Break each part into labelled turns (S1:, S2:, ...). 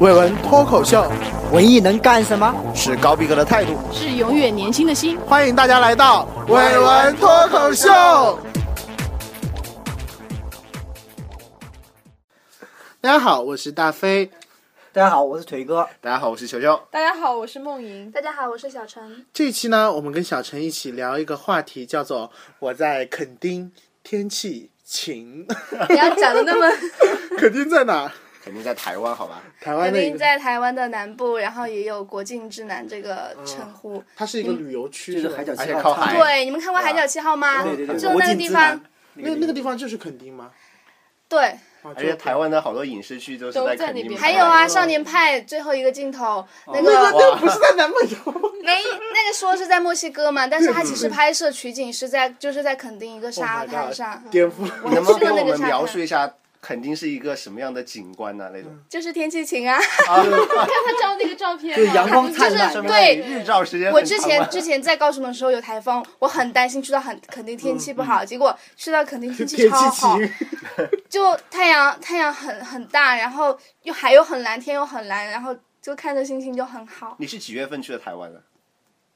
S1: 伟文脱口秀
S2: 文艺能干什么？
S1: 是高逼格的态度，
S3: 是永远年轻的心。
S1: 欢迎大家来到伟文脱口秀。大家好，我是大飞。
S2: 大家好，我是腿哥。
S1: 大家好，我是球球。
S4: 大家好，我是梦莹。
S5: 大家好，我是小陈。
S1: 这一期呢，我们跟小陈一起聊一个话题，叫做“我在垦丁，天气 晴
S5: 不要讲的那么，”。
S1: 垦丁在哪？
S6: 肯定在台湾，好吧？
S1: 台湾
S5: 肯
S1: 那
S5: 定
S1: 个，
S5: 在台湾的南部，然后也有“国境之南”这个称呼。
S1: 它是一
S5: 嗯
S1: 个旅游区，
S2: 就是
S1: 吧
S2: 海角
S6: 而
S2: 七
S6: 且
S2: 号
S6: 靠
S2: 滩
S6: 海
S5: 对，你们看过《海角七号》
S2: 嗯
S5: 吗？
S2: 对对对，
S5: 就那个地方，
S1: 那那个地方就是垦丁吗？啊
S5: 对，
S1: 而
S6: 而且台湾的好多影视剧都是
S4: 都在
S6: 垦
S4: 那
S6: 丁
S4: 边
S6: 拍
S5: 还
S6: 的
S5: 有啊，《少年派》最后一个镜头，那
S1: 那个
S5: 个
S1: 那个不是在南哦美 洲。
S5: 没那个说是在墨西哥嘛，但是它其实拍摄取景是在就是在垦丁一个
S1: Oh
S5: 沙
S1: my
S5: 滩
S1: god，
S5: 上，
S1: 颠覆了。
S6: 你能不能
S5: 去
S6: 给
S5: 了那个
S6: 我们
S5: 沙滩
S6: 描述一下垦丁是一个什么样的景观呢、啊那种
S5: 就是天气晴啊。
S4: 看他照那个照片
S2: 就
S4: 嘛，
S2: 阳光灿烂
S5: 就是
S6: 上
S5: 对
S6: 面那里日照时间
S5: 嗯我
S6: 很
S5: 之
S6: 长
S5: 前
S6: 啊
S5: 之前在高雄的时候有台风，我很担心去到很肯定天气不好，结果去到肯定天气
S1: 天
S5: 超
S1: 气
S5: 好，
S1: 晴，
S5: 就太阳太阳很很大，然后又海又很蓝，天又很蓝，然后就看着心情就很好。
S6: 你是几月份去的台湾的？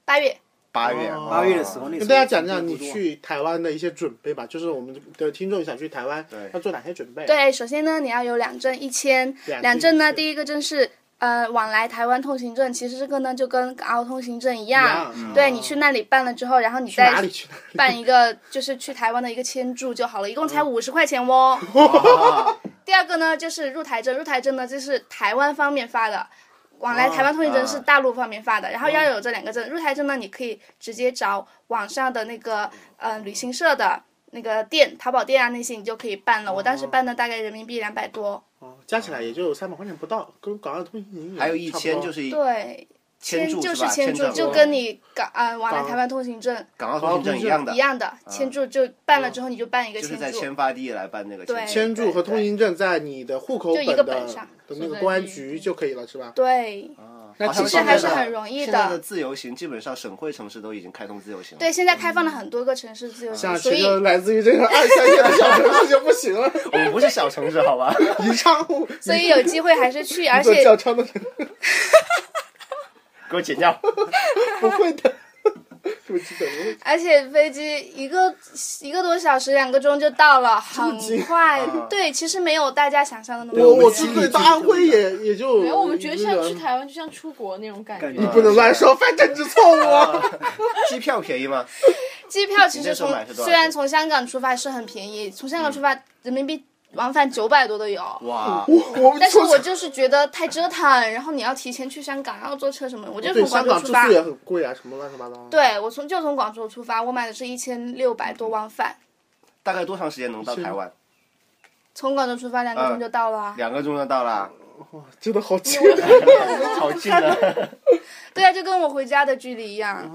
S5: 八月
S6: 八月。啊
S1: 哦
S2: 八月的时候，那
S1: 跟
S2: 时候
S1: 大家讲讲
S2: 天
S1: 你
S2: 气不多
S1: 去台湾的一些准备吧，就是我们的听众想去台湾
S6: 对
S1: 要做哪些准备？，
S5: 对，首先呢你要有两证一签，两证呢第一个证是呃往来台湾通行证，其实这个呢就跟港澳通行证一
S1: 一
S5: 样。
S1: 样
S5: 对你去那里办了之后，然后你
S1: 去哪
S5: 再
S1: 里去哪里？
S5: 办一个就是去台湾的一个签注就好了，一共
S6: 嗯
S5: 才五十块钱哦。
S6: 啊
S5: 第二个呢，就是入台证，入台证呢就是台湾方面发的，往
S6: 哦
S5: 来台湾通行证是大陆方面发的，然后要有这两个证。入台证呢，你可以直接找网上的那个呃旅行社的那个店，淘宝店啊那些你就可以办
S6: 哦
S5: 了。我当时办的大概人民币两百多，
S6: 嗯
S1: 哦，加起来也就三百块钱不到，跟港澳通行
S6: 还有一千就是是一
S5: 对。
S6: 签注
S5: 就是
S6: 吧？
S5: 签
S6: 签
S5: 注，
S6: 证
S5: 就
S1: 哦
S5: 跟你港啊往来
S1: 港
S5: 台湾通行证
S6: 港澳通行证一样的嗯哦
S5: 一，样的，签注就办了之后你就办一个
S6: 就是
S5: 签
S6: 在
S5: 注，
S6: 签发地来办那个
S5: 对
S6: 签
S1: 签
S6: 证。
S1: 注和通行证在你的户口
S5: 就一个
S1: 的
S5: 本上
S1: 的那个公安局就可以了，是吧？
S5: 对，
S6: 啊
S1: 那
S6: 好像
S1: 其
S5: 其实
S1: 现
S5: 还
S1: 在
S5: 是
S1: 的
S5: 很容易
S6: 现在的自由行基本上省会城市都已经开通自由行了。
S5: 对，，现在开放了很多个城市自由行，
S1: 像
S5: 所
S1: 这
S5: 以
S1: 个来自于这个二三线的小城市就不行了，
S6: 我们不是小城市，好吧？
S1: 一上户
S5: 所以有机会还 是去，而
S1: 做
S5: 且
S1: 教腔的人
S6: 给我 剪掉。
S1: 不会的，这么记得我
S5: 而且飞机一个一个多小时、两个钟就到了，很快
S6: 啊。
S5: 对，其实没有大家想象的那么
S1: 我我
S5: 远
S1: 之所以到安徽也也就
S4: 没有，我们觉得像去
S1: 一个人
S4: 台湾就像出国那种感
S2: 感
S4: 觉啊
S2: 觉。
S1: 不能乱说，犯政治错误啊。
S6: 机票便宜吗？
S5: 机票其实从
S6: 你那时候买是多少钱
S5: 虽然从香港出发是很便宜，从香
S1: 嗯
S5: 港出发人民币往返九百多都有。
S6: 哇，
S1: 我
S5: 但是
S1: 说
S5: 我就是觉得太折腾，然后你要提前去香港，然后坐车什么的，我就
S1: 对
S5: 从
S1: 香港
S5: 广州出
S1: 住
S5: 发
S1: 宿。也很贵啊，什么乱七八糟的。
S5: 对，我从就从广州出发，我买的是一千六百多往返，
S6: 大概多长时间能到台湾？
S5: 从广州出发两
S1: 嗯
S5: 个钟就到了啊。
S6: 两个钟就到了，
S1: 哇，哦真的好近，
S6: 好近啊！
S5: 对啊，就跟我回家的距离一样。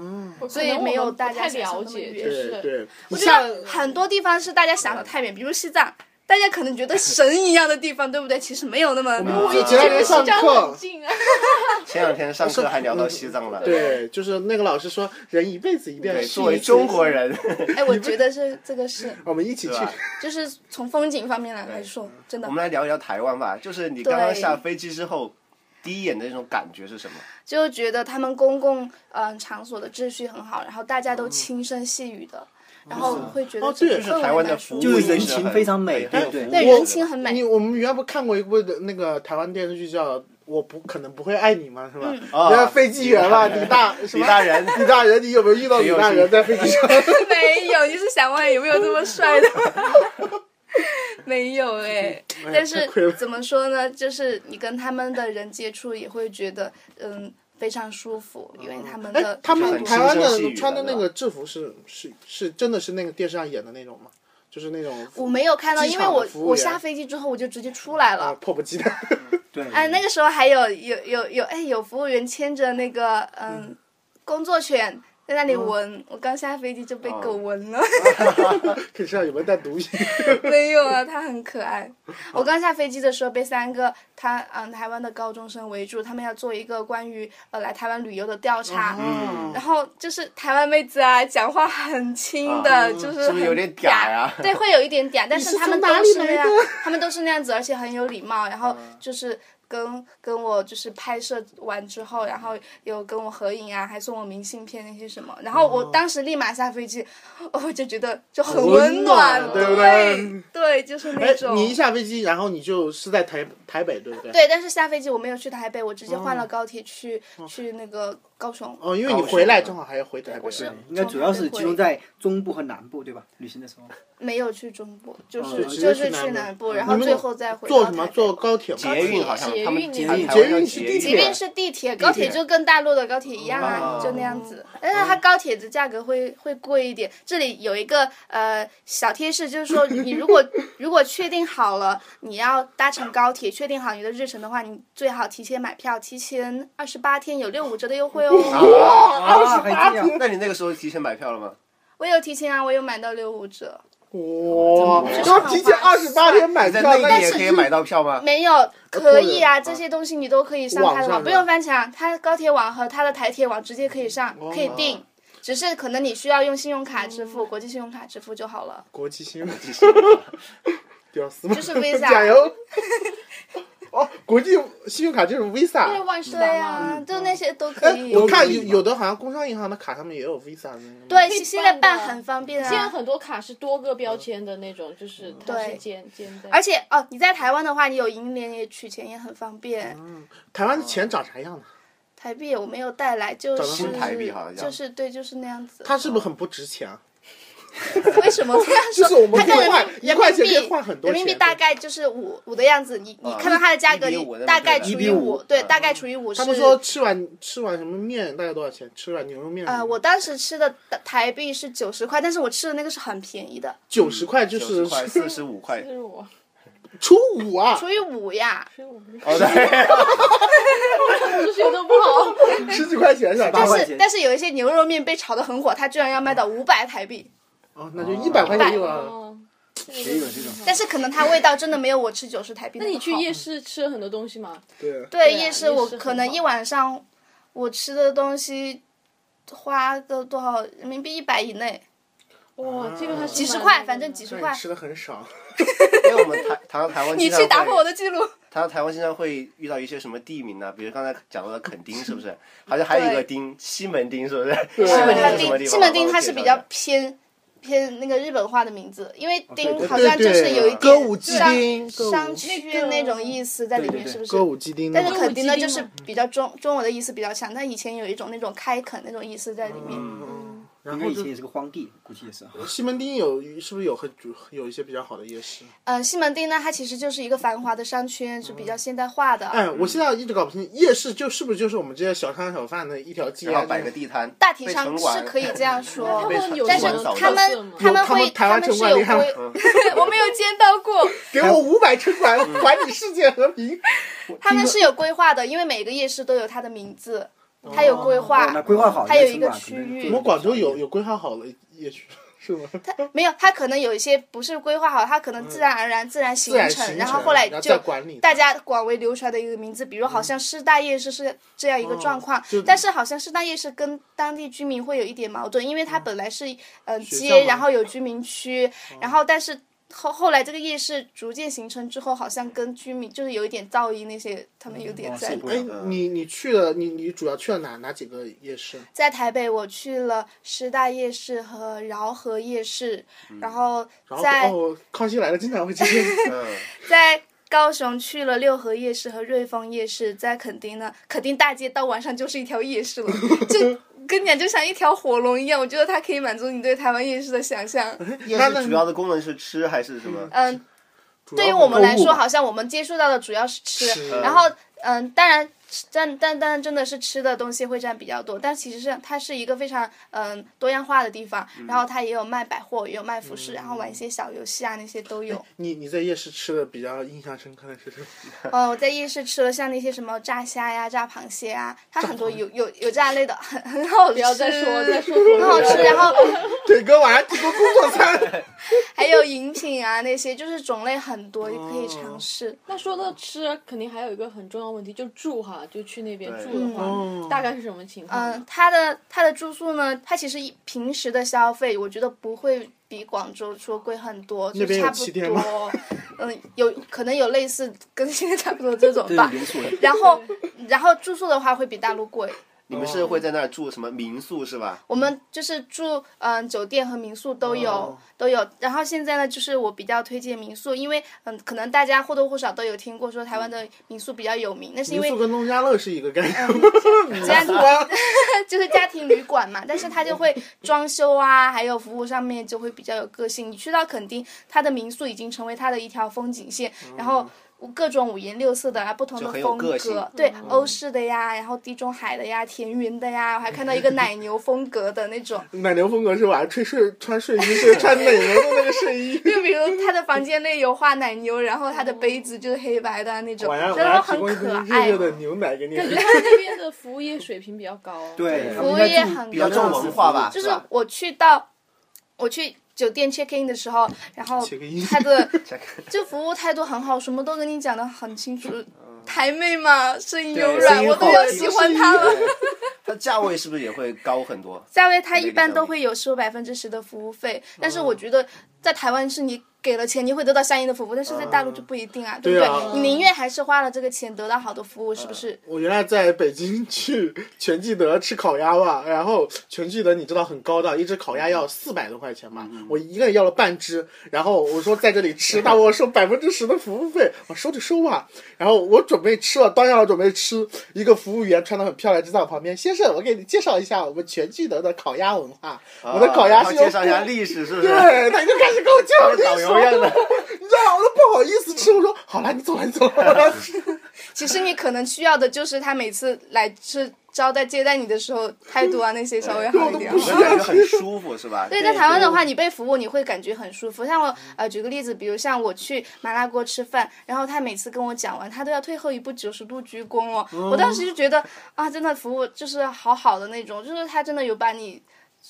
S4: 所
S5: 以没有大
S4: 太
S5: 家想象
S4: 了
S5: 那么
S4: 解，
S5: 远
S4: 就
S1: 对
S4: 是
S1: 对，你
S5: 我觉
S1: 像
S5: 得很多地方是大家想的太远，比如西藏，大家可能觉得神一样的地方， 对不对？其实没有那么。
S1: 我就前两天上
S4: 这样很
S1: 课，
S4: 近啊。
S6: 前两天上课还聊到西藏了。
S1: 对，就是那个老师说，人一辈子一定要
S6: 对，
S1: 去
S6: 作为
S1: 一次
S6: 中国，人，
S5: 哎，我觉得是这个是，
S1: 我们一起
S6: 对
S1: 去。
S6: 吧？
S5: 就是从风景方面来来说，真的
S6: 我们来聊一聊台湾吧。就是你刚刚下飞机之后，第一眼的那种感觉是什么？
S5: 就觉得他们公共嗯、呃场所的秩序很好，然后大家都轻声细语的，然后会觉得
S1: 哦对
S5: 整个
S6: 就是
S5: 氛围
S6: 台湾
S5: 很
S6: 的
S5: 舒服
S6: 服务
S2: 就是
S6: 意识
S2: 人情
S6: 很
S2: 非常美
S6: 对
S2: 对
S6: 服务
S5: 对
S6: 意识
S5: 人情很美
S1: 你。我们原来不看过一部那个台湾电视剧叫《我不可能不会爱你》吗？是吧？
S5: 嗯
S6: 啊
S1: 人家飞机员嘛，李大什
S6: 李
S1: 么
S6: 大人，
S1: 李大人，你有没有遇到李大人在飞机上？
S5: 没有，你是想问有没有这么帅的吗？ 没有哎、
S1: 哎呀
S5: 但
S1: 太亏
S5: 是
S1: 了
S5: 怎么说呢？就是你跟他们的人接触，也会觉得嗯非常舒服，因为他们的、
S1: 哎，他们
S6: 很
S1: 台湾
S6: 轻声细语
S1: 的
S6: 的
S1: 穿的那
S6: 对吧
S1: 个制服是是是真的是那个电视上演的那种吗？就是那种
S5: 我没有看到，
S1: 机
S5: 因为
S1: 场的
S5: 我
S1: 服务
S5: 我
S1: 员
S5: 下飞机之后我就直接出来
S1: 啊
S5: 了。
S1: 迫不及待。
S2: 对，
S5: 哎，那个时候还有有有有哎有服务员牵着那个嗯工作犬在那里闻，我刚下飞机就被狗闻了。
S1: 可以知道有没有带毒瘾？
S5: 没有啊，它很可爱。我刚下飞机的时候被三个他嗯台湾的高中生围住，他们要做一个关于呃来台湾旅游的调查。
S6: 嗯
S5: 然后就是台湾妹子啊，讲话很轻的，
S6: 啊
S5: 就是
S6: 是不是有
S5: 很
S6: 点嗲
S5: 嗲
S6: 呀
S5: 对，会有一点嗲，但
S1: 你
S5: 是
S1: 是
S5: 他们
S1: 从哪
S5: 都
S1: 里
S5: 是
S1: 来
S5: 那样
S1: 的，嗯
S5: 他们都是那样子，而且很有礼貌，然后就是跟跟我就是拍摄完之后，然后有跟我合影啊，还送我明信片那些什么。然后我当时立马下飞机， 哦我就觉得就很温
S1: 哦温暖对
S5: 对
S1: 不对哎
S5: 对？就是那种。
S1: 你一下飞机，然后你就是在台台北，对不对？
S5: 对，但是下飞机我没有去台北，我直接换了高铁去、去那个高雄。
S1: 哦哦，因为你回来正好还要回台北。
S5: 我是
S2: 应该主要是集中在中部和南部，对吧？旅行的时候，
S5: 没有去中部，就是、
S1: 哦直接
S5: 就是
S1: 去
S5: 去
S1: 南
S5: 南
S1: 部
S5: 部，然后
S1: 你们
S5: 最后再回到
S1: 坐什么？
S5: 台北
S1: 坐高铁吗？
S6: 捷运好像
S4: 捷运
S6: 他们
S4: 捷运
S6: 他们台湾叫
S1: 是
S6: 捷
S1: 地
S5: 即
S1: 铁
S5: 便是地铁，高铁就跟大陆的高铁一样啊，就那样子。但是它高铁的价格会会贵一点。这里有一个呃小贴士，就是说你如 果如果确定好了你要搭乘高铁，确定好你的日程的话，你最好提前买票，提前二十八天有六五折的优惠哦。
S6: 啊，
S2: 啊，还这样，
S6: 那你那个时候提前买票了吗？
S5: 我有提前啊，我有买到六五折，
S1: 哇，要提前二十八天买
S6: 你在
S1: 票，
S6: 内地
S1: 那
S6: 也可以买到票
S1: 啊
S6: 吗？
S5: 没
S1: 呃
S5: 有可以啊，这些东西你都可以上
S1: 网
S5: 它的
S1: 上
S5: 网，不
S1: 的
S5: 用翻墙，它高铁网和它的台铁网直接可以上，
S1: 哦
S5: 可以订。只是可能你需要用信用卡支付，国际信用卡支付就好了。
S1: 国际新闻，屌丝吗？
S5: 就是 Visa
S1: 加油！ 哦，国际信用卡就是 Visa。
S4: 对万事达
S5: 对
S4: 嘛，
S5: 啊，就那些都可
S1: 哎，
S5: 以。
S1: 我看
S2: 都可以
S1: 有
S2: 吗
S1: 有的好像工商银行的卡上面也有 Visa 的那个。
S5: 对，
S4: 可以
S5: 现在
S4: 办
S5: 办
S4: 的
S5: 很方便
S4: 现在
S5: 啊。
S4: 很多卡是多个标签的那种，就是它是
S5: 对
S4: 尖尖的。
S5: 而且哦，你在台湾的话，你有银联也取钱也很方便。
S1: 台湾的钱长啥样呢？
S5: 台币我没有带来，就是
S1: 新
S6: 台币好像
S5: 就是对，就是那样子。
S1: 它是不是很不值钱啊？
S5: 为什么这样
S1: 就是我
S5: 说？
S1: 们
S5: 它
S1: 可以
S5: 跟
S1: 换一
S5: 人
S1: 块
S5: 民
S1: 钱
S5: 币
S1: 可以换很多
S5: 人民币
S1: 钱
S5: 大概就是五五的样子。你你
S6: 啊
S5: 看到它的价格，
S6: 一比
S5: 你
S6: 五的
S5: 大概
S6: 那啊
S5: 除
S1: 一
S5: 以五
S6: 种
S1: 比五，
S5: 对，大概除以五是
S1: 他。们说吃碗吃碗什么面大概多少钱？吃碗牛肉面
S5: 呃，我当时吃的台币是九十块，但是我吃的那个是很便宜的，
S1: 九十块就
S6: 90
S1: 是
S6: 块四十五块
S4: 四，十五，
S1: 除五啊，
S5: 除以五呀。
S4: 四十五，
S6: 哦对，
S4: 数学都不 好。
S1: 十几块钱是吧
S2: 八
S5: 但？
S2: 块
S5: 是
S2: 钱
S5: 但是有一些牛肉面被炒得很火，它居然要卖到五百台币，
S1: 哦，那就一百块钱就完。
S5: 哦
S4: 嗯，
S2: 也有这种
S5: 但是可能它味道真的没有我吃九十台币
S4: 那
S5: 么
S4: 你去
S5: 好
S4: 夜市吃了很多东西吗？
S1: 对，
S5: 对
S4: 对啊
S5: 夜市，
S4: 夜
S5: 我
S4: 市很
S5: 可能
S4: 好
S5: 一晚上我吃的东西花个多少人民币一百以内，
S4: 哇，
S2: 啊
S4: 这个还是
S5: 几十
S4: 蛮
S5: 块，
S4: 那
S5: 反
S4: 个
S5: 正
S4: 的
S5: 几十
S1: 但
S5: 块
S1: 你。吃的很少。
S6: 因为我们谈谈到台湾，
S5: 你去打破我的记录。
S6: 谈到台湾经常会遇到一些什么地名呢、啊比如刚才讲到的垦丁，是不 是？好像还有一个丁，西门町，是不是？西
S1: 啊
S6: 门町
S5: 它
S6: 是什么地方？
S5: 丁西门町它
S6: 它
S5: 是比较偏偏那个日本化的名字，因为丁
S2: 对
S5: 好像就是有
S1: 对对
S5: 一
S1: 歌
S5: 点
S1: 舞伎
S5: 商
S1: 町歌舞
S5: 商区那种意思在里面，
S2: 对对对
S5: 是不是？
S1: 歌舞伎町那
S5: 但
S1: 种，
S5: 是肯定呢，
S4: 歌舞伎町
S5: 就是
S4: 嘛
S5: 比较中中文的意思比较强，但以前有一种那种开垦那种意思在里面。
S1: 嗯，然
S2: 应
S1: 后
S2: 该以
S1: 就
S2: 前也是个荒地，估计也是啊。
S1: 西门町有是不是有很主有一些比较好的夜市？
S5: 呃，西门町呢，它其实就是一个繁华的商圈，是比较现代化的。
S1: 哎，我现在一直搞不清夜市就是不是就是我们这些小商小贩的一条街
S6: 然
S1: 啊
S6: 后？摆个
S1: 地，
S6: 地摊，
S5: 大体
S6: 被
S5: 上
S6: 城管
S5: 是可以这样说
S4: 他，
S6: 被
S4: 哦们有
S5: 但是
S6: 城管
S4: 什么特
S5: 他
S6: 扫
S4: 色
S5: 们
S4: 吗
S5: 他们
S1: 他们
S5: 会
S1: 台湾
S5: 他们
S1: 城
S5: 是
S1: 管
S5: 有
S1: 厉害
S5: 规，我没有见到过，
S1: 给我五百城管，
S6: 嗯
S1: 还你世界和平。
S5: 他们是有规划的，因为每个夜市都有它的名字，
S1: 哦
S5: 它有规划。
S2: 那规划好，
S5: 它有一个区
S1: 我
S5: 域
S1: 们广州有有规划好了夜市是吗？
S5: 没有，它可能有一些不是规划好，它可能自然而然自然形
S1: 自然形
S5: 成，
S1: 成
S5: 然后后来
S1: 然后
S5: 就
S1: 再管理嗯
S5: 大家广为流传的一个名字，比如好像师大夜市是这样一个状况，
S1: 哦就
S5: 但是好像师大夜市跟当地居民会有一点矛盾，因为它本来是嗯、呃
S1: 校
S5: 街，
S1: 嘛哦
S5: 然后有居民区，然后但是。后后来这个夜市逐渐形成之后，好像跟居民就是有一点噪音那些，他们有点
S2: 哦
S5: 在、
S2: 是不
S1: 哎，
S6: 嗯
S1: 你你去了，你你主要去了哪哪几个夜市？
S5: 在台北，我去了师大夜市和饶河夜市，然后
S1: 然后
S5: 在、
S1: 哦，康熙来了经常会去夜市。
S6: 嗯，
S5: 在高雄去了六合夜市和瑞丰夜市，在垦丁呢，垦丁大街到晚上就是一条夜市了，就跟你讲就像一条火龙一样，我觉得它可以满足你对台湾夜市的想象。
S6: 夜
S1: 那那
S6: 市主要的功能是吃还是什么？
S5: 嗯，
S1: 主要
S5: 对于我们来
S1: 购
S5: 说，
S1: 物吧
S5: 好像我们接触到的主要是吃，
S1: 吃
S5: 然后嗯，当然。但但但真的是吃的东西会占比较多，但其实是它是一个非常嗯多样化的地方，然后它也有卖百货，也有卖服饰，然后玩一些小游戏啊那些都有。
S1: 你你在夜市吃的比较印象深刻的是什么？
S5: 呃，我在夜市吃了像那些什么炸虾呀、炸螃蟹啊，它很多有有有炸类的，很很好吃。
S4: 不要再说，再说
S5: 很好吃，然后
S1: 腿哥晚上提供工作餐。
S5: 还有饮品啊那些，就是种类很多，就可以尝试。
S4: 那说到吃，肯定还有一个很重要的问题，就住哈，就去那边
S6: 对
S4: 住的话，大概是什么情况？
S5: 嗯，它的它的住宿呢，它其实一平时的消费，我觉得不会比广州说贵很多，就
S1: 那边有
S5: 差
S1: 气
S5: 不
S1: 垫吗
S5: 多。 嗯，有可能有类似跟现在差不多这种
S2: 对
S5: 吧。
S2: 连锁的，
S5: 然后，然后住宿的话会比大陆贵。
S6: 你们是会在那儿住什么民宿是吧？
S5: 我们就是住嗯、酒店和民宿都有、
S1: 哦
S5: 都有，然后现在呢，就是我比较推荐民宿，因为嗯、可能大家或多或少都有听过说台湾的民宿比较有名，那是因
S1: 民
S5: 为
S1: 宿跟农家乐是一个概念。
S5: 这样子就是家庭旅馆嘛，但是它就会装修啊，还有服务上面就会比较有个性。你去到垦丁，它的民宿已经成为它的一条风景线，然后各种五颜六色的啊，不同
S6: 嗯就
S5: 的
S6: 很有
S5: 风
S6: 个性嗯
S5: 格，对，欧式的呀，然后地中海的呀，田园的呀，我还看到一个奶牛风格的那种。
S1: 奶牛风格是吧？穿睡穿睡衣 是穿奶牛的那个睡 衣。
S5: 就比如他的房间内有画奶牛，然后他的杯子就是黑白的啊那种，
S1: 晚上
S5: 觉
S1: 我
S5: 得
S1: 要
S5: 他们
S1: 提
S5: 很
S1: 供一
S5: 可
S1: 杯
S5: 爱
S1: 热热。的牛奶给你。
S4: 感觉他们那边的服务业水平比较高、哦。
S2: 对，
S6: 服
S2: 他们应
S5: 务
S2: 该
S5: 业
S2: 注
S5: 很
S6: 比较重文化吧，
S5: 就是
S6: 吧？
S5: 我去到我去酒店 check in 的时候，然后
S1: check in
S5: 他的 就服务态度很好，什么都跟你讲的很清楚。台妹嘛，声音柔
S6: 对声
S5: 软，
S6: 音
S5: 我都
S6: 好
S5: 要喜欢她了。
S6: 它价位是不是也会高很多？
S5: 价位它一般都会有收百分之十的服务费，但是我觉得在台湾是你给了钱你会得到相应的服务，但是在大陆就不一定啊，对不
S1: 对
S5: 对？
S1: 啊
S5: 你宁愿还是花了这个钱得到好的服务，是不是？
S1: 我原来在北京去全聚德吃烤鸭吧， 然后全聚德你知道很高档，一只烤鸭
S6: 嗯
S1: 要四百多块钱嘛，我一个人要了半只，然后我说在这里 吃，那我收百分之十的服务费，我收就收吧。然后我准备吃了，当然要准备吃，一个服务员穿的很漂亮就在我旁边，先生，我给你介绍一下我们全聚德的烤鸭文化，我的烤
S6: 啊
S1: 鸭
S6: 然后
S1: 是由
S6: 介绍一下历史是不是？
S1: 对，他就开始跟我介绍
S6: 跟导
S1: 历史
S6: 游一样的
S1: 你知道吗？我都不好意思吃，我说好了，你走了，你走了，我要 吃。
S5: 其实你可能需要的就是他每次来是招待接待你的时候态度啊那些稍微好一
S1: 对
S5: 点啊
S1: 我。
S6: 我感觉很舒服是吧？
S5: 对，在台湾的话，你被服务你会感觉很舒服。像我呃，举个例子，比如像我去麻辣锅吃饭，然后他每次跟我讲完，他都要退后一步九十度鞠躬哦。我当时就觉得啊，真的服务就是好好的那种，就是他真的有把你。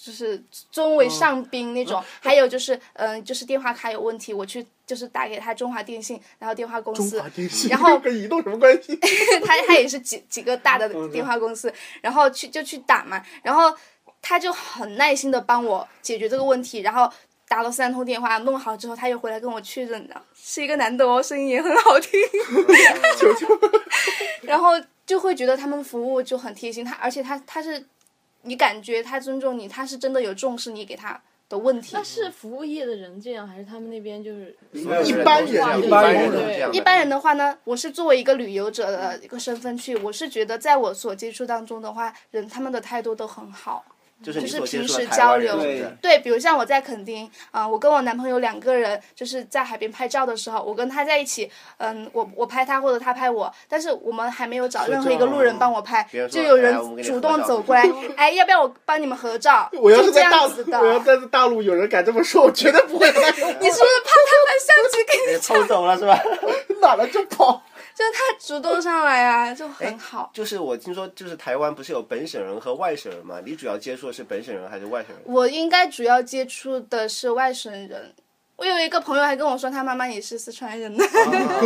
S5: 就是尊为上宾那种，还有就是，嗯、就是电话卡有问题，我去就是打给他中华电信，然后电话公司，
S1: 电信
S5: 然后
S1: 跟移动什么关系？
S5: 他他也是几几个大的电话公司，然后去就去打嘛，然后他就很耐心的帮我解决这个问题，然后打了三通电话，弄好之后他又回来跟我确认的，是一个男的哦，声音也很好听，然后就会觉得他们服务就很贴心，他而且他他是你感觉他尊重你，他是真的有重视你给他的问题
S4: 那，是服务业的人这样，还是他们那边就是
S1: 一般人
S6: 一
S1: 一
S6: 般
S1: 般
S6: 人
S1: 人
S6: 都这样的，
S5: 一般人的话呢，我是作为一个旅游者的一个身份去，我是觉得在我所接触当中的话，人他们的态度都很好。
S6: 就是你
S5: 就是
S6: 所接
S5: 平
S6: 触的
S5: 时
S6: 台湾
S5: 交
S6: 人
S5: 流
S6: 是不是
S5: 对，比如像我在垦丁，啊、我跟我男朋友两个人就是在海边拍照的时候，我跟他在一起，嗯，我我拍他或者他拍我，但是我们还没有找任何一个路人帮我拍
S6: 别人，说
S5: 就有
S6: 哎
S5: 人
S6: 我们给你
S5: 主
S6: 合
S5: 动
S6: 照
S5: 走过来，哎，要不要我帮你们合 照？
S1: 我要是
S5: 就这
S1: 在大，
S5: 样子的，
S1: 我要在大陆有人敢这么说，我绝对不会让他
S5: 你是不是怕他们相机 给
S6: 被
S5: 你？
S6: 抽走了是吧？
S1: 哪来就跑。
S5: 就是他主动上来啊，就很好。
S6: 就是我听说，就是台湾不是有本省人和外省人嘛？你主要接触的是本省人还是外省人？
S5: 我应该主要接触的是外省人，我有一个朋友还跟我说，他妈妈也是四川人的，
S4: 啊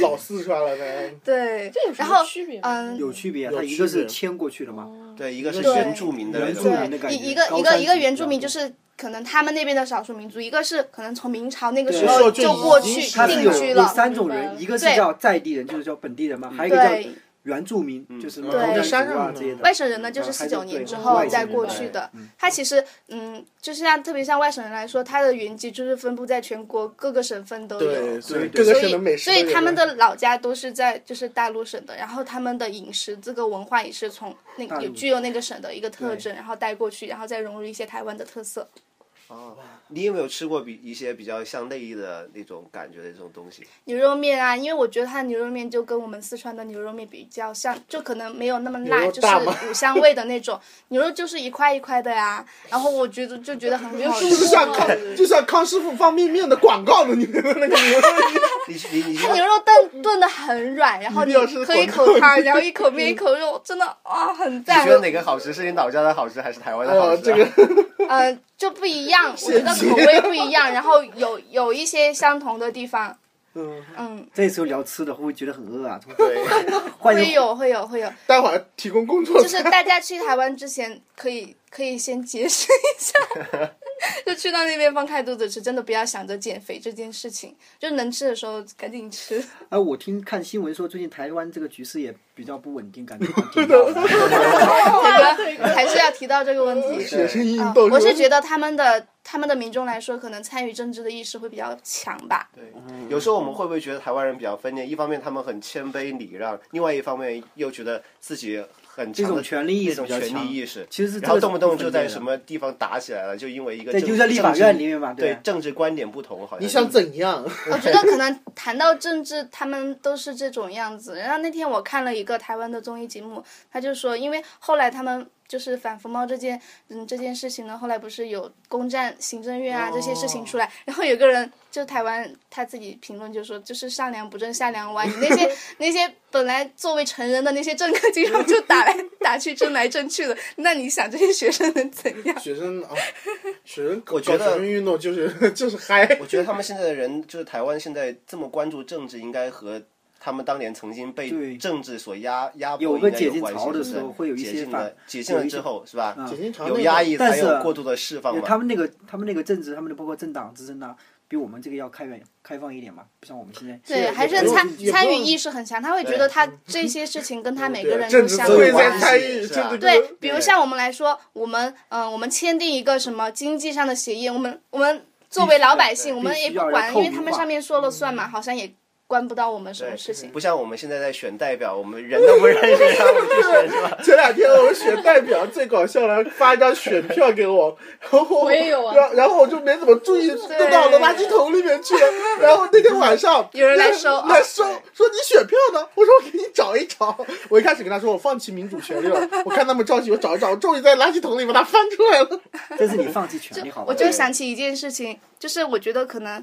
S1: 老四川了呗，
S5: 对，然
S4: 什
S5: 后
S4: 么区别吗？
S5: 嗯，
S2: 有区别啊，
S1: 有
S2: 他一
S1: 区
S2: 个
S1: 别哦
S2: 是迁过去的嘛，
S6: 对，一个是
S2: 对
S6: 原住民的那
S2: 原
S6: 种
S2: 住民
S6: 人，
S2: 的感
S5: 一
S2: 觉，
S5: 一个
S2: 高
S5: 一个
S2: 山
S5: 一个
S2: 族
S5: 原住民
S2: 这
S5: 就
S2: 样子
S5: 是可能他们那边的少数民族，一个是可能从明朝那个时
S1: 对
S5: 候
S1: 就已经
S5: 过
S1: 是
S5: 去
S2: 它是
S5: 定
S2: 有
S5: 居
S2: 有
S5: 了，
S2: 三种人，一个是
S5: 对
S2: 叫在地人，就是叫本地人嘛，还有一个叫
S5: 对。
S2: 原住民，就是
S6: 嗯
S2: 农
S5: 对
S2: 耕
S1: 山
S2: 民族啊
S1: 上
S2: 这些的。
S5: 外省人呢，就
S2: 嗯
S5: 是
S2: 还
S5: 四
S2: 是
S5: 九年
S2: 对
S5: 之
S2: 外
S5: 后
S2: 省
S5: 再
S2: 人
S5: 过
S2: 对
S5: 去的。他其实，嗯，就是像特别像外省人来说，他的原籍就是分布在全国各个省份都有
S1: 对，。所以各
S2: 对
S1: 个
S5: 所
S1: 省的美
S5: 以，
S1: 食
S5: 所
S1: 都有
S5: 以他们的老家都是在就是大陆省的，然后他们的饮食这个文化也是从那
S2: 大
S5: 个
S2: 陆
S5: 有具有那个省的一个特
S2: 对
S5: 征，然后带过去，然后再融入一些台湾的特色。
S6: 你有没有吃过比一些比较像内衣的那种感觉的这种东西？
S5: 牛肉面啊，因为我觉得它的牛肉面就跟我们四川的牛肉面比较像，就可能没有那么辣，
S1: 牛肉
S5: 就
S1: 大吗
S5: 是五香味的那种。牛肉就是一块一块的呀，然后我觉得就觉得很 好
S1: 就
S5: 吃哦
S1: 是。像康
S5: 嗯
S1: 就像康师傅方便面的广告的，你那个牛 肉面
S6: 你你 你
S5: 它牛肉炖炖的很软，然后
S1: 一定
S5: 你
S1: 要吃
S5: 喝一口
S1: 馄饨嗯
S5: 汤，然后一口 面一口肉，真的哇很
S6: 你
S5: 赞
S6: 觉。得哪个好吃？是你老家的好吃，还是台湾的好
S1: 啊，
S6: 吃
S2: 哦
S1: 这
S6: 啊、
S1: 个
S5: 呃，就不一样，我觉得口味不一样，然后有有一些相同的地方，
S1: 嗯，
S5: 嗯，
S2: 这时候聊吃的会不会觉得很饿啊？
S6: 对，
S2: 换
S5: 会
S2: 一
S5: 有会有会有，
S1: 待会儿提供工作
S5: 就，是大家去台湾之前可以可以先节食一下， 就去到那边放开肚子吃，真的不要想着减肥这件事情，就能吃的时候赶紧吃。
S2: 啊，我听看新闻说最近台湾这个局势也比较不稳定，感觉好像挺 闹 的。
S5: 这个还是要提到这个问题。
S1: 学生运
S5: 啊
S1: 动。
S5: 我是
S1: 吧
S5: 觉得他们的他们的民众来说，可能参与政治的意识会比较强吧。
S6: 对，有时候我们会不会觉得台湾人比较分裂？一方面他们很谦卑礼让，另外一方面又觉得自己很强
S2: 这
S6: 的
S2: 种权利意识
S6: 那种
S2: 比较
S6: 权
S2: 强
S6: 利意识，
S2: 其实是
S6: 然后
S2: 这个
S6: 动不动
S2: 是不
S6: 就
S2: 分裂
S6: 在
S2: 的
S6: 什么地方打起来了，就因为一个
S2: 对，
S6: 政
S2: 就在立法院里面嘛，啊
S6: 对
S2: 吧？
S6: 政治观点不同，好像
S1: 你想
S6: 就
S1: 怎样？
S5: 我觉得可能谈到政治，他们都是这种样子。然后那天我看了一个台湾的综艺节目，他就说，因为后来他们就是反服贸这件，嗯，这件事情呢，后来不是有攻占行政院啊、这些事情出来，然后有个人就台湾他自己评论就说，就是上梁不正下梁歪，你那些那些本来作为成人的那些政客，经常就打来 打去、争来争去的，那你想这些学生能怎 样？
S1: 学 生啊，学生搞
S6: 我觉得
S1: 搞学生运动就是 就是嗨，
S6: 我觉得他们现在的人，就是台湾现在这么关注政治，应该和他们当年曾经被
S2: 对
S6: 政治所压压迫
S2: 有个
S6: 应该
S2: 解
S6: 有
S2: 禁
S6: 关系
S2: 潮的
S6: 是不是
S2: 时候会有嗯一
S6: 解
S2: 些
S6: 禁
S2: 反
S6: 了，解禁了之后是吧？
S1: 解禁潮那
S6: 有
S1: 个
S6: 压抑才
S2: 但是
S6: 有过度的释放
S2: 因为
S6: 嘛。
S2: 他们那个他们那个政治，他们的包括政党执政啊，比我们这个要开源开放一点嘛，不像我们 现在。
S1: 也
S5: 对，还
S1: 也
S5: 是
S1: 不用
S5: 参
S1: 也不
S5: 参与
S1: 用嗯
S5: 意识很强，他会觉得他这些事情跟他每个
S1: 对啊
S5: 人
S1: 政
S5: 都
S1: 治
S5: 相
S1: 自
S6: 有
S1: 卫
S5: 关
S1: 在
S6: 关系
S1: 参与，
S6: 是吧
S1: 政治
S5: 对
S1: 跟，
S5: 比如像我们来说，我们嗯、呃我们签订一个什么经济上的协议，我们我们作为老百姓，我们也不管，因为他们上面说
S1: 嗯
S5: 了算嘛，好像也关不到我们什么事情。
S6: 不像我们现在在选代表，我们人都不认识，然后我们去 选是吧？
S1: 前两天我们选代表最搞笑了，发一张选票给我，然后
S4: 我也有啊
S1: 然后然后我就没怎么注意，都到了垃圾桶里面去了。然后那天晚上
S5: 有人来收
S1: 来收，说你选票呢？我说我给你找一找。我一开始跟他说我放弃民主权利了，我看他们着急，我找一找，我终于在垃圾桶里把它翻出来了。
S2: 这是你放弃权利好吧？
S5: 我就想起一件事情，就是我觉得可能。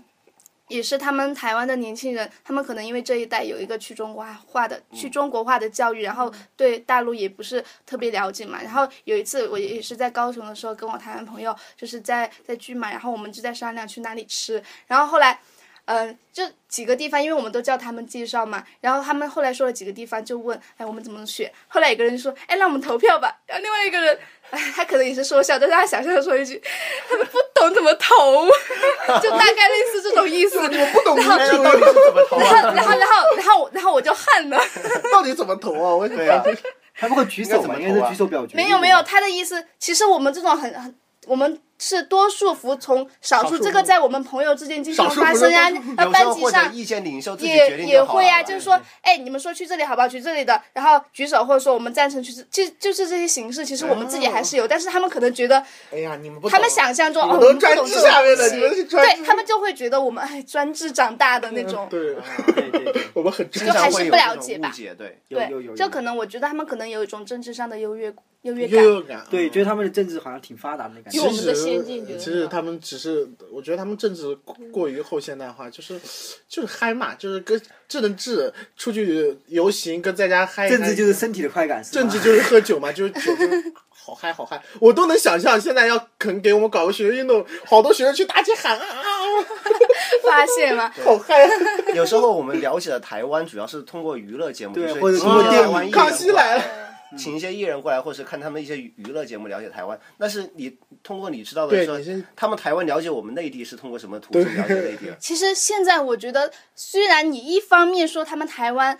S5: 也是他们台湾的年轻人，他们可能因为这一代有一个去中国化的、
S2: 嗯
S5: 去中国化的教育，然后对大陆也不是特别了解嘛。然后有一次我也是在高雄的时候，跟我台湾朋友就是在在聚嘛，然后我们就在商量去哪里吃，然后后来。嗯，就几个地方，因为我们都叫他们介绍嘛，然后他们后来说了几个地方，就问，哎，我们怎么选？后来有个人说，哎，那我们投票吧。然后另外一个人，哎，他可能也是说笑，但是他想象的说一句，他们不懂怎么投，就大概类似这种意思。
S1: 我不懂民
S6: 那
S1: 主
S6: 到底是怎么投
S5: 然
S6: 啊？
S5: 后，然后，然后，然后我，然后我就汗了。
S1: 到底怎么投啊？我也
S6: 对啊，
S2: 他们会举手嘛，
S6: 应
S2: 应
S6: 该怎
S2: 该
S6: 么投啊
S2: 是举手表决。
S5: 没有没有，他的意思，其实我们这种很很，我们是多数服从少
S1: 少
S5: 数，
S1: 数
S5: 这个在我们朋友之间经常
S1: 少数
S5: 发
S1: 服
S5: 生呀
S1: 从，
S5: 那
S6: 有时
S5: 班
S6: 候
S5: 级
S6: 或者
S5: 上
S6: 意见领袖自己决
S5: 也
S6: 定
S5: 也
S6: 就好了
S1: 嗯
S5: 会呀、就是说，哎，你们说去这里好不好？去这里的，然后举手或者说我们赞成去这，就就是这些形式，其实我们自己还是有，但是他们可能觉得，
S1: 哎呀，你们不懂，
S5: 他们想象中
S1: 你
S5: 哦，
S1: 们
S5: 我
S1: 都
S5: 们不
S1: 专
S5: 懂
S1: 制
S5: 这
S1: 下
S5: 种，
S1: 面的，你们是专制嗯
S5: 对他们就会觉得我们哎专制长大的那 种，
S1: 对，
S2: 对对对，
S1: 我们很专
S6: 经常
S5: 还
S6: 会
S5: 是
S6: 有
S5: 不
S6: 这
S5: 了
S6: 种
S5: 解
S6: 误
S5: 吧
S6: 解，对，
S2: 有有有
S5: 对，
S2: 有。
S5: 这可能我觉得他们可能有一种政治上的优越优越
S1: 优
S5: 感，
S1: 越感。
S2: 对，觉得他们的政治好像挺发达的那感
S1: 其
S2: 觉
S4: 就。我们
S1: 实
S4: 的先进觉得
S1: 其实他们只是，我觉得他们政治过
S5: 嗯
S1: 过于后现代化，就是就是嗨嘛，就是跟政治出去游行跟在家嗨一嗨。
S2: 政治就是身体的快感，是吧
S1: 政 治就是喝酒嘛，就是酒就是好嗨好嗨，我都能想象现在要肯给我们搞个学生运动，好多学生去大街喊啊啊，
S5: 发现了。
S1: 好嗨！啊
S6: 有时候我们了解了台湾，主要是通过娱乐节目，
S2: 对
S6: 就是
S2: 或者
S6: 请
S2: 通过
S6: 一些
S2: 电
S6: 台
S2: 影
S6: 湾
S5: 啊
S6: 艺人
S1: 康熙
S6: 过
S1: 来了。
S6: 请一些艺人过来，或是看他们一些娱娱乐节目了解台湾。但是你通过你知道的
S1: 对
S6: 说
S1: 你是，
S6: 他们台湾了解我们内地是通过什么途径了解内地的？
S5: 其实现在我觉得，虽然你一方面说他们台湾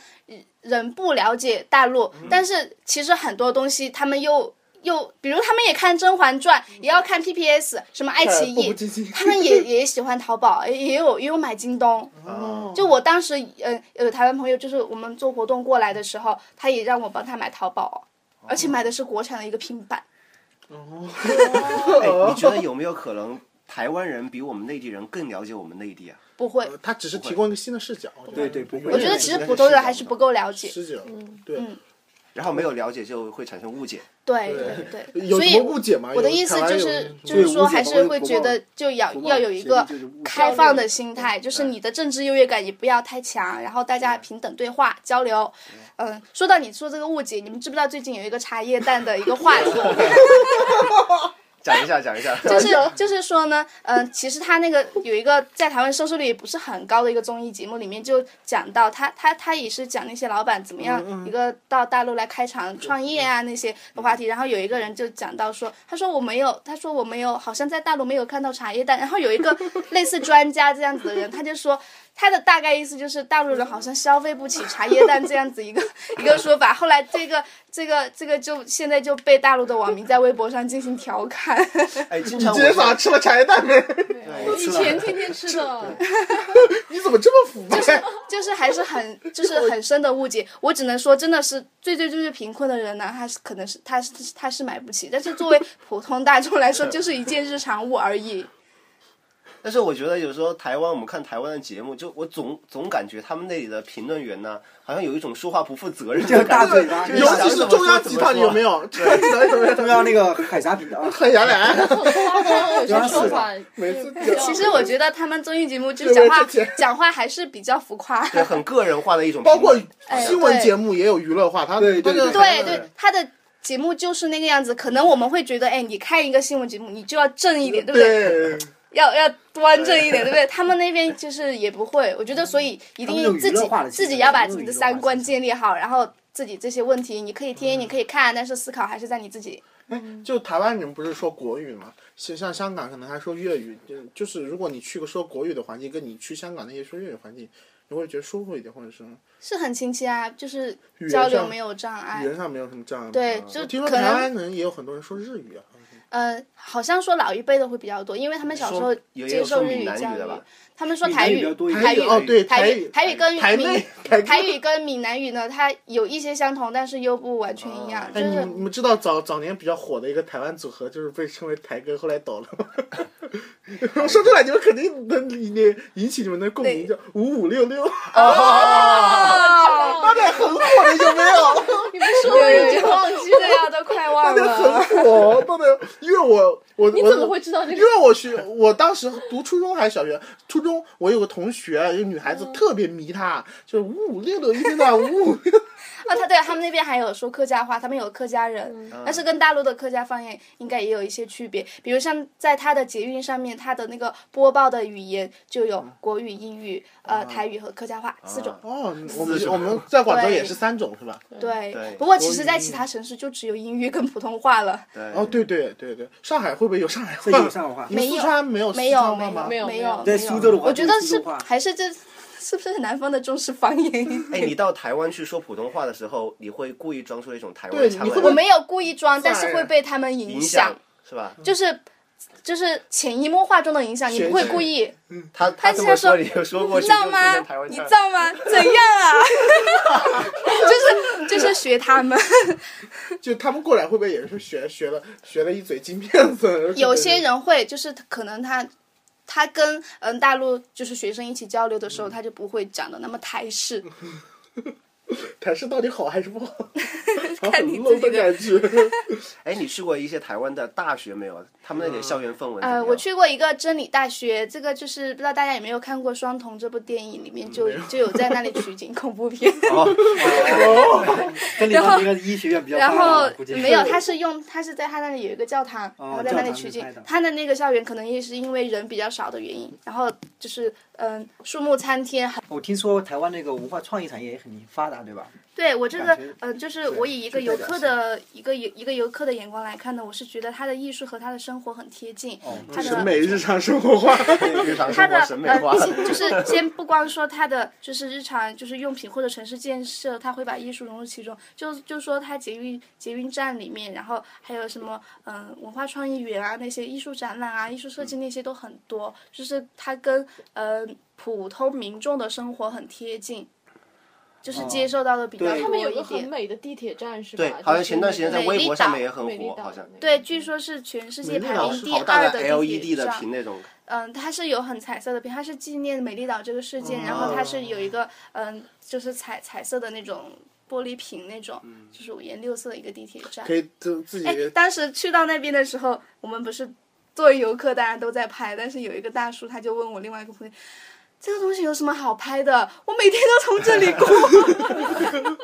S5: 人不了解大陆，
S1: 嗯
S5: 但是其实很多东西他们又又，比如他们也看《甄嬛传》，也要看 PPS，什么爱奇
S1: 嗯步步
S5: 艺
S1: 惊心，
S5: 他们也也喜欢淘宝，也也有也有买京东。
S1: 嗯
S6: 哦
S5: 就我当时，嗯呃，台湾朋友就是我们做活动过来的时候，他也让我帮他买淘
S1: 哦
S5: 宝，而且买的是国产的一个平板。
S6: 哎，你觉得有没有可能台湾人比我们内地人更了解我们内地啊？
S5: 不会，
S1: 他只是提供一个新的视角，我觉得
S2: 对对不会
S5: 我觉得其实嗯普通人还是不够了解。
S1: 视角，对，
S6: 然后没有了解就会产生误解。
S5: 对对对，
S1: 有
S5: 所
S1: 什
S5: 以
S1: 么误解吗？
S5: 我的
S1: 有
S5: 意思
S1: 台湾
S5: 就
S1: 有
S5: 是
S1: 什
S5: 就
S1: 么
S2: 对
S5: 是说
S2: 误解
S5: 还
S2: 不
S5: 是
S2: 会
S5: 会
S2: 不
S5: 觉
S2: 会
S5: 得就要
S2: 不会
S5: 要有一个
S2: 就是误解
S5: 开放的心态，
S2: 哎
S5: 就是你的政治优越感也不要太强，然后大家平等对话交流。
S2: 哎
S5: 嗯，说到你说这个误解，你们知不知道最近有一个茶叶蛋的一个话题？
S6: 讲一下，讲一 下。
S5: 就是就是说呢，嗯、其实他那个有一个在台湾收视率也不是很高的一个综艺节目，里面就讲到他他他也是讲那些老板怎么样一个到大陆来开厂创业啊那些的话题，然后有一个人就讲到说，他说我没有，他说我没有，好像在大陆没有看到茶叶蛋，然后有一个类似专家这样子的人，他就说。他的大概意思就是大陆人好像消费不起茶叶蛋这样子一个一个说法，后来这个这个这个就现在就被大陆的网民在微博上进行调侃。
S6: 哎，经常
S1: 今天早
S6: 我
S1: 上吃了茶叶蛋没？
S6: 我
S4: 啊以
S6: 吃了
S4: 前天天吃的，
S1: 你怎么这么腐败？
S5: 就是还是很就是很深的误解。我只能说，真的是最最最最贫困的人呢，他是可能是他是他是买不起，但是作为普通大众来说，就是一件日常物而已。
S6: 但是我觉得有时候台湾，我们看台湾的节目，就我总总感觉他们那里的评论员呢，好像有一种说话不负责任的
S2: 大
S6: 感
S2: 嘴
S6: 觉。
S2: 巴，
S6: 就是
S1: 尤
S6: 想
S1: 其是中央集团，你有没 有？中央集团有没有？
S2: 中央那个海沙比
S5: 嗯
S2: 啊，
S1: 很原来，
S4: 他他啊有些说法
S1: 每次
S4: 是比较
S5: 其实我觉得他们综艺节目就讲话
S1: 这边这些
S5: 讲话还是比较浮夸。
S6: 对，很个人化的一种评
S1: 包
S6: 论。
S1: 括
S5: 哎
S1: 新闻节目也有娱乐化，它
S2: 对对
S1: 它就
S5: 对对，他的节目就是那个样子。可能我们会觉得，哎，你看一个新闻节目，你就要正一点，对不对？
S1: 对，
S5: 要要端正一点，对不对？他们那边就是也不会，我觉得所以一
S2: 他们那种
S5: 定
S2: 娱
S5: 自
S2: 乐
S5: 己
S2: 化的
S5: 自
S2: 其
S5: 己
S2: 实
S5: 要把
S2: 他们那
S5: 自己
S2: 种
S5: 的
S2: 娱乐
S5: 三
S2: 化
S5: 观
S2: 其实
S5: 建立好，然后自己这些问题你可以听，你可以看，但是思考还是在你自己。
S1: 就台湾人不是说国语嘛，像像香港可能还说粤语，就就是如果你去个说国语的环境，跟你去香港那些说粤语环境，你会觉得舒服一点，或者是
S5: 是很亲切啊，就是
S1: 语言
S5: 交流
S1: 上
S5: 没有障
S1: 语
S5: 碍。
S1: 言上没有什么障碍。
S5: 哎对
S1: 啊
S5: 就
S1: 我听说
S5: 可能
S1: 台湾人也有很多人说日语啊。
S5: 呃，好像说老一辈的会比较多，因为他们小时候
S6: 说也
S5: 接
S6: 有
S5: 受
S6: 说
S5: 日
S6: 闽
S5: 语
S6: 南
S5: 教
S6: 语
S5: 育
S6: 的吧？，
S5: 他们说
S2: 闽
S5: 台
S2: 南语比
S5: 语
S2: 较多一、点
S5: 台语、
S1: 哦，对，
S5: 台
S1: 语、
S5: 台语跟
S1: 台
S5: 闽
S1: 妹，台
S5: 台语跟闽南语呢，它有一些相同，但是又不完全一样。
S6: 哦
S5: 就
S1: 哎，你
S5: 是
S1: 们你们知道早早年比较火的一个台湾组合，就是被称为台哥，后来倒了吗？ 我说出来你们肯定能理解，引起你们的共鸣，叫五五六六，
S6: 啊
S5: 哦，
S1: 当年很火的有没有？
S4: 你们说我已经忘
S5: 忘
S4: 记
S5: 记了呀，都快忘
S1: 当年
S5: 了。
S1: 很火，当年因为我我
S4: 你
S1: 我
S4: 怎么会知道这
S1: 因
S4: 个？
S1: 为我学，我当时读初中还是小学，初中我有个同学，一个女孩子特别迷他，就是五五六六一天到晚五五六，
S5: 啊，他对他们那边还有说客家话，他们有客家人，但是跟大陆的客家方言应该也有一些区别。比如像在他的捷运上面，他的那个播报的语言就有国语、英语、呃台语和客家话四种。
S1: 哦，我们
S6: 四种
S1: 我们在广州
S5: 对
S1: 也是三种是吧？
S5: 对
S6: 对，
S5: 不过其实，在其他城市就只有英语跟普通话了。
S6: 对，
S1: 哦，对对对对，上海会不会有上海
S2: 这有
S1: 话？
S2: 上海话
S1: 你。们
S5: 没有
S1: 四川没有
S5: 没
S1: 四
S5: 有
S1: 川
S5: 没
S1: 话
S5: 有
S1: 吗？
S5: 没有
S4: 没有
S5: 有，
S4: 在
S2: 苏州的话
S5: 我觉得
S2: 就是苏
S5: 是
S2: 州话
S5: 还是这是不是南方的重视方言？
S6: 哎，你到台湾去说普通话的时候，你会故意装出一种台湾
S1: 对
S6: 腔
S1: 你
S6: 来
S1: 会不
S5: 我
S1: 会
S5: 没有故意装，但
S1: 自
S5: 是
S1: 然
S5: 会被他们影
S6: 影响
S5: 响，
S6: 是吧？
S5: 就是就是潜移默化中的影响，你不会故意，
S6: 他他这么说你就说过
S5: 你
S6: 去，
S5: 知
S6: 就
S5: 道
S6: 变
S5: 吗
S6: 成台？湾
S5: 你
S6: 腔
S5: 知。道吗？怎样啊？ 就是就是学他们，
S1: 就他们过来会不会也是学学了学了一嘴金片子？
S5: 有些人会就是可能他。他跟嗯大陆就是学生一起交流的时候，他就不会讲的那么台式，
S1: 台式到底好还是不好？好
S5: 看
S1: 很
S5: 你自
S1: low
S5: 己
S1: 的
S5: 的
S1: 感觉。
S6: 哎，你去过一些台湾的大学没有？他们那里的校园氛围怎么
S5: 呃，
S6: 样
S5: 我去过一个真理大学，这个就是不知道大家有没有看过《双瞳》这部电影，里面就就有哦在那里取 景恐怖片，
S2: 跟你
S5: 然后
S2: 们那个医学院比较
S5: 然
S2: 大
S5: 后
S2: 了，估计
S5: 没有，他是用他是在他那里有一个教堂，
S2: 哦
S5: 然后在那里
S2: 教堂
S5: 取
S2: 里
S5: 景
S2: 拍的。
S5: 他的那个校园可能也是因为人比较少的原因，然后就是嗯，树木参天，很
S2: 我听说台湾那个文化创意产业也很发达，对吧？
S5: 对我这个
S2: 感觉，
S5: 呃，就是我以一个
S2: 是
S5: 游
S2: 代表
S5: 客的一个游一个游客的眼光来看呢，我是觉得他的艺术和他的生活很贴近，他的
S1: 审美日常生活化，
S6: 日常
S5: 它
S6: 生
S5: 的
S6: 活审美化
S5: 呃，，先 就是先不光说它的就是日常就是用品或者城市建设，它会把艺术融入其中。就就说它捷运捷运站里面，然后还有什么嗯、文化创意园啊那些艺术展览啊、艺术设计那些都很多，就是它跟呃普通民众的生活很贴近，就是接受到的比较
S2: 对
S5: 多
S4: 他们有个
S5: 一
S4: 很
S5: 点。
S4: 美的地铁站是吧？
S6: 对，好像前段时间在
S5: 美
S6: 微
S5: 丽
S6: 博上
S5: 岛
S6: 面也很
S4: 美丽
S6: 火，
S4: 岛
S6: 好像
S4: 那个
S5: 对，据说是全世界
S1: 美丽
S5: 排
S1: 岛
S5: 名
S1: 是
S5: 第
S6: 好大
S5: 二
S6: 的
S5: 地
S1: E
S6: LED
S5: 铁
S6: 的
S5: 站。
S6: 屏那种，
S5: 嗯，它是有很彩色的屏，它是纪念美丽岛这个事件，然后它是有
S1: 哦
S5: 一个嗯，就是彩彩色的那种玻璃屏那种，就是五颜六色的一个地铁
S1: 嗯
S5: 站
S1: 可。以自自己
S5: 哎，当时去到那边的时候，我们不是作为游客，大家都在拍，但是有一个大叔他就问我另外一个朋友。这个东西有什么 好拍的？我每天都从这里过，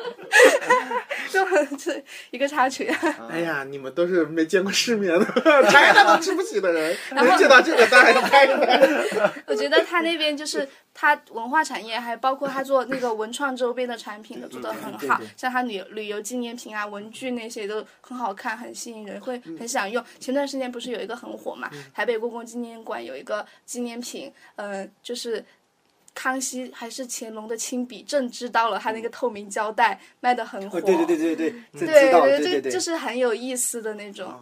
S5: 就很这一个插曲。
S1: 哎呀，你们都是没见过世面的，拍他都吃不起的人，能见到这个当然拍了。
S5: 我觉得他那边就是他文化产业，还包括他做那个文创周边的产品都做得很好，像他旅旅游纪念品啊、文具那些都很好看，很吸引人，会
S2: 嗯
S5: 很想用。前段时间不是有一个很火嘛，台北故宫纪念馆有一个纪念品，呃，就是。康熙还是乾隆的亲笔朕知道了，他那个透明胶带卖的很火。
S2: 嗯哦，对对对对对，这
S5: 对
S2: 知道了，
S5: 嗯对
S2: 对
S5: 就
S2: 对，哦
S5: 就是很有意思的那种。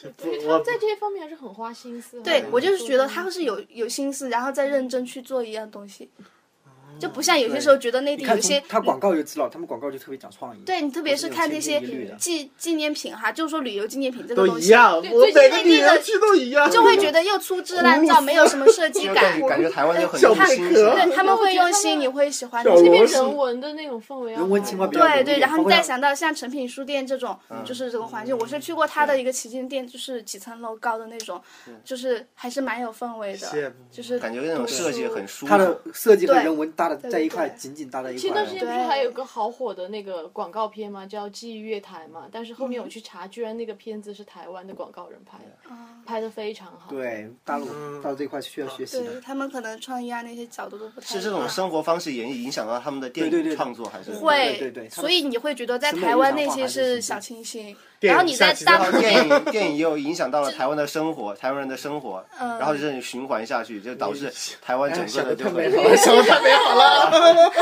S1: 不
S4: 他
S1: 我
S4: 们在这些方面还是很花心思。
S5: 对，我就是觉得他是有有心思，然后再认真去做一样东西，
S6: 哦
S5: 就不像有些时候觉得内
S2: 你
S5: 地
S2: 看
S5: 有
S2: 从
S5: 些
S2: 他广告就知道，他们广告就特别讲创意。
S5: 对你，特别是看那些
S2: 我是有千篇一律的
S5: 纪纪念品哈，就是说旅游纪念品这个
S1: 都
S5: 东
S1: 一
S5: 西，
S1: 样，
S4: 对
S1: 我
S4: 最近
S1: 每个
S5: 内
S1: 女
S5: 地的
S1: 人去都一样，
S5: 就会觉得又粗制滥造，没有什么设计
S6: 就
S5: 感
S6: 感。感觉台湾就很
S1: 小
S6: 用
S1: 贝
S6: 心，
S1: 壳
S5: 对，他们会用心，
S4: 我觉得他们
S5: 你会喜欢
S1: 小
S5: 这
S1: 罗
S5: 些
S4: 这边
S1: 螺丝
S4: 人文的那种氛围要好，啊
S2: 人文情怀比较浓一
S5: 对对，
S2: 点
S5: 然后你
S2: 包括
S5: 再想到像诚品书店这种，
S6: 嗯
S5: 就是这个环境，我是去过他的一个旗舰店，就是几层楼高的那种，就是还是蛮有氛围
S1: 羡
S5: 的
S1: 慕，
S5: 就是
S6: 感觉那种
S5: 读
S6: 设计
S5: 书
S6: 很舒服
S2: 它。的设计和
S5: 对
S2: 人文搭的在一块，
S5: 对对
S2: 紧紧搭在一
S4: 前
S2: 块
S4: 段时
S2: 了。
S4: 间不是
S5: 对
S4: 还有个好火的那个广告片吗？叫《记忆月台》嘛。但是后面我去查，居然那个片子是台湾的广告人拍的，
S5: 嗯
S4: 拍的非常好。
S2: 对，大陆到这一块是需要学习
S5: 对
S2: 的。
S5: 他们可能创意啊那些角度都不太
S6: 是这
S5: 一
S6: 种
S5: 样
S6: 生活方式也影响到他们的电
S2: 对对对
S6: 影创作，还是
S5: 会，
S2: 对对对他们
S5: 所以你会觉得在
S2: 审美
S5: 台湾
S2: 立
S5: 那
S2: 场化
S5: 些
S2: 还是
S5: 是
S2: 很
S5: 小
S2: 重
S5: 清新，
S1: 电
S5: 然后
S1: 影
S5: 你
S1: 下
S5: 在
S1: 棋
S5: 大
S1: 的
S6: 然
S1: 话
S6: 后电影电影也有影响到了台湾的生活，台湾人的生活，
S5: 嗯
S6: 然后就这样循环下去，就导致台湾整个
S1: 想
S6: 的
S1: 的太
S6: 就很
S1: 美好了，哎想的太美好了。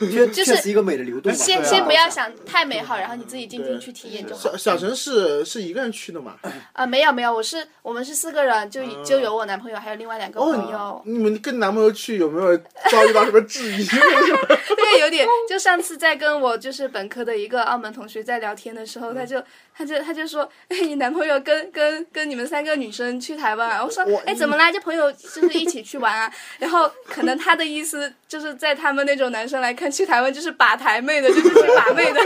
S2: 确
S5: 就是
S2: 确实一个美的流动嘛。
S5: 先
S6: 对啊
S5: 先不要想太美好，然后你自己静静去体验就好。
S1: 小小陈是是一个人去的嘛？
S5: 啊，没有没有，我是我们是四个人，就就有我男朋友，还有另外两个朋友。
S1: 你们跟男朋友去有没有遭遇到什么质疑？
S5: 这个有 点，就上次在跟我就是本科的一个澳门同学在聊天的时候，
S6: 嗯
S5: 他就他就他就说，哎，你男朋友跟跟跟你们三个女生去台湾啊？我说
S1: 我，
S5: 哎，怎么啦？这朋友就是一起去玩啊。 然后可能他的意思就是在他们那种男生来看，去台湾就是把台妹的，就是去把 妹的。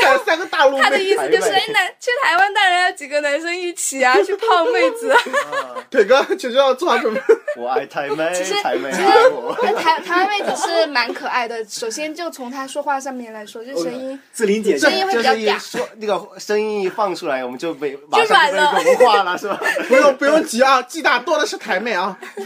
S1: 带 三个大陆
S5: 他的意
S1: 妹，
S5: 思就是，哎，男去台湾当然要几个男生一起啊，去泡妹子 啊。
S1: 腿哥就是要做好准备。
S6: 我爱台妹
S5: 实，
S6: 台妹爱我。
S5: 但台台湾妹子是蛮可爱的，首先就从她说话上面来说，就声音
S2: 志玲姐
S6: 这
S5: 声
S2: 姐
S5: 音会
S6: 哦就
S5: 比较
S6: 是一
S5: 嗲
S6: 说那个声音一放出来，我们就被马上就被融化了，是吧？
S1: 不用不用急啊， 暨大多的是台妹啊。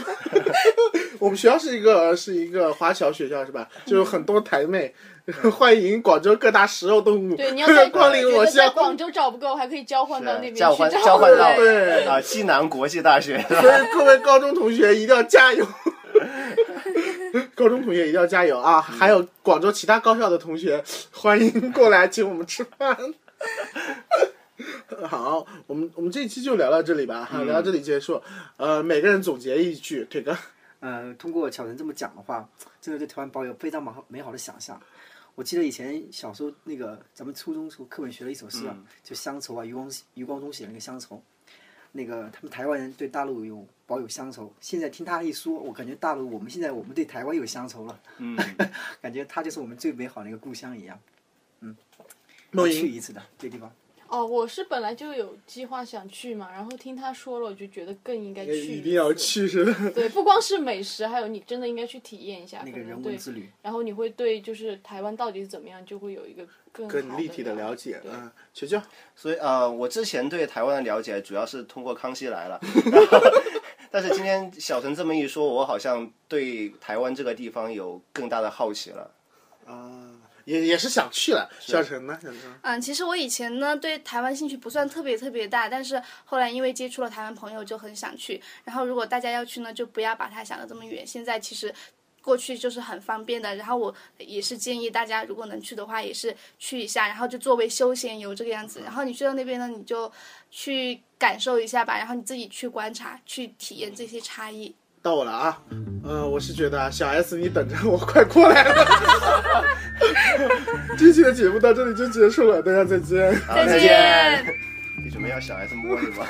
S1: 我们学校是一个呃是一个华侨学校是吧？就有很多台妹， 欢迎广州各大食肉动物
S4: 对，你要在
S1: 光临我
S4: 觉得在
S1: 校。
S4: 广州找不够，还可以交换到那边去
S6: 呃交换
S4: 找
S6: 交换到
S1: 对
S6: 啊西南国际大学， 是吧
S1: 所以各位高中同学一定要加油，高中同学一定要加油啊！还有广州其他高校的同学，欢迎过来请我们吃饭。 好，我们我们这一期就聊到这里吧，哈，聊到这里结束。呃，每个人总结一句，腿哥，
S2: 嗯，通过巧晨这么讲的话，真的对台湾抱有非常美好美好的想象。我记得以前小时候那个咱们初中时候课本学了一首诗啊，就《乡愁》啊，余光余光中写的那个《乡愁》，那个他们台湾人对大陆有保有乡愁。现在听他一说，我感觉大陆我们现在我们对台湾有乡愁了，
S6: 嗯，
S2: 感觉它就是我们最美好的一个故乡一样。嗯
S1: 梦
S2: 要去
S1: 莹，
S2: 一次的这地方，
S4: 哦，我是本来就有计划想去嘛，然后听他说了，我就觉得更应该去次，
S1: 一定要去是吧？
S4: 对，不光是美食，还有你真的应该去体验一下
S2: 那个
S4: 可能
S2: 人文
S4: 对
S2: 之旅。
S4: 然后你会对就是台湾到底是怎么样，就会有一个更
S1: 更
S4: 好
S1: 立体的了解，嗯，球球，
S6: 所以呃，我之前对台湾的了解主要是通过《康熙来了》 然后，但是今天小陈这么一说，我好像对台湾这个地方有更大的好奇了。
S1: 啊，也也是想去了。小陈呢？小陈，
S5: 嗯，其实我以前呢对台湾兴趣不算特别特别大，但是后来因为接触了台湾朋友，就很想去。然后如果大家要去呢，就不要把它想的这么远。现在其实。过去就是很方便的，然后我也是建议大家，如果能去的话，也是去一下，然后就作为休闲游这个样子。然后你去到那边呢，你就去感受一下吧，然后你自己去观察、去体验这些差异。
S1: 到我了啊，呃，我是觉得啊小 S 你等着我 快过来了。这期的节目到这里就结束了，大家再见。
S6: 好
S5: 再见。
S6: 你准备要小 S 摸你吗？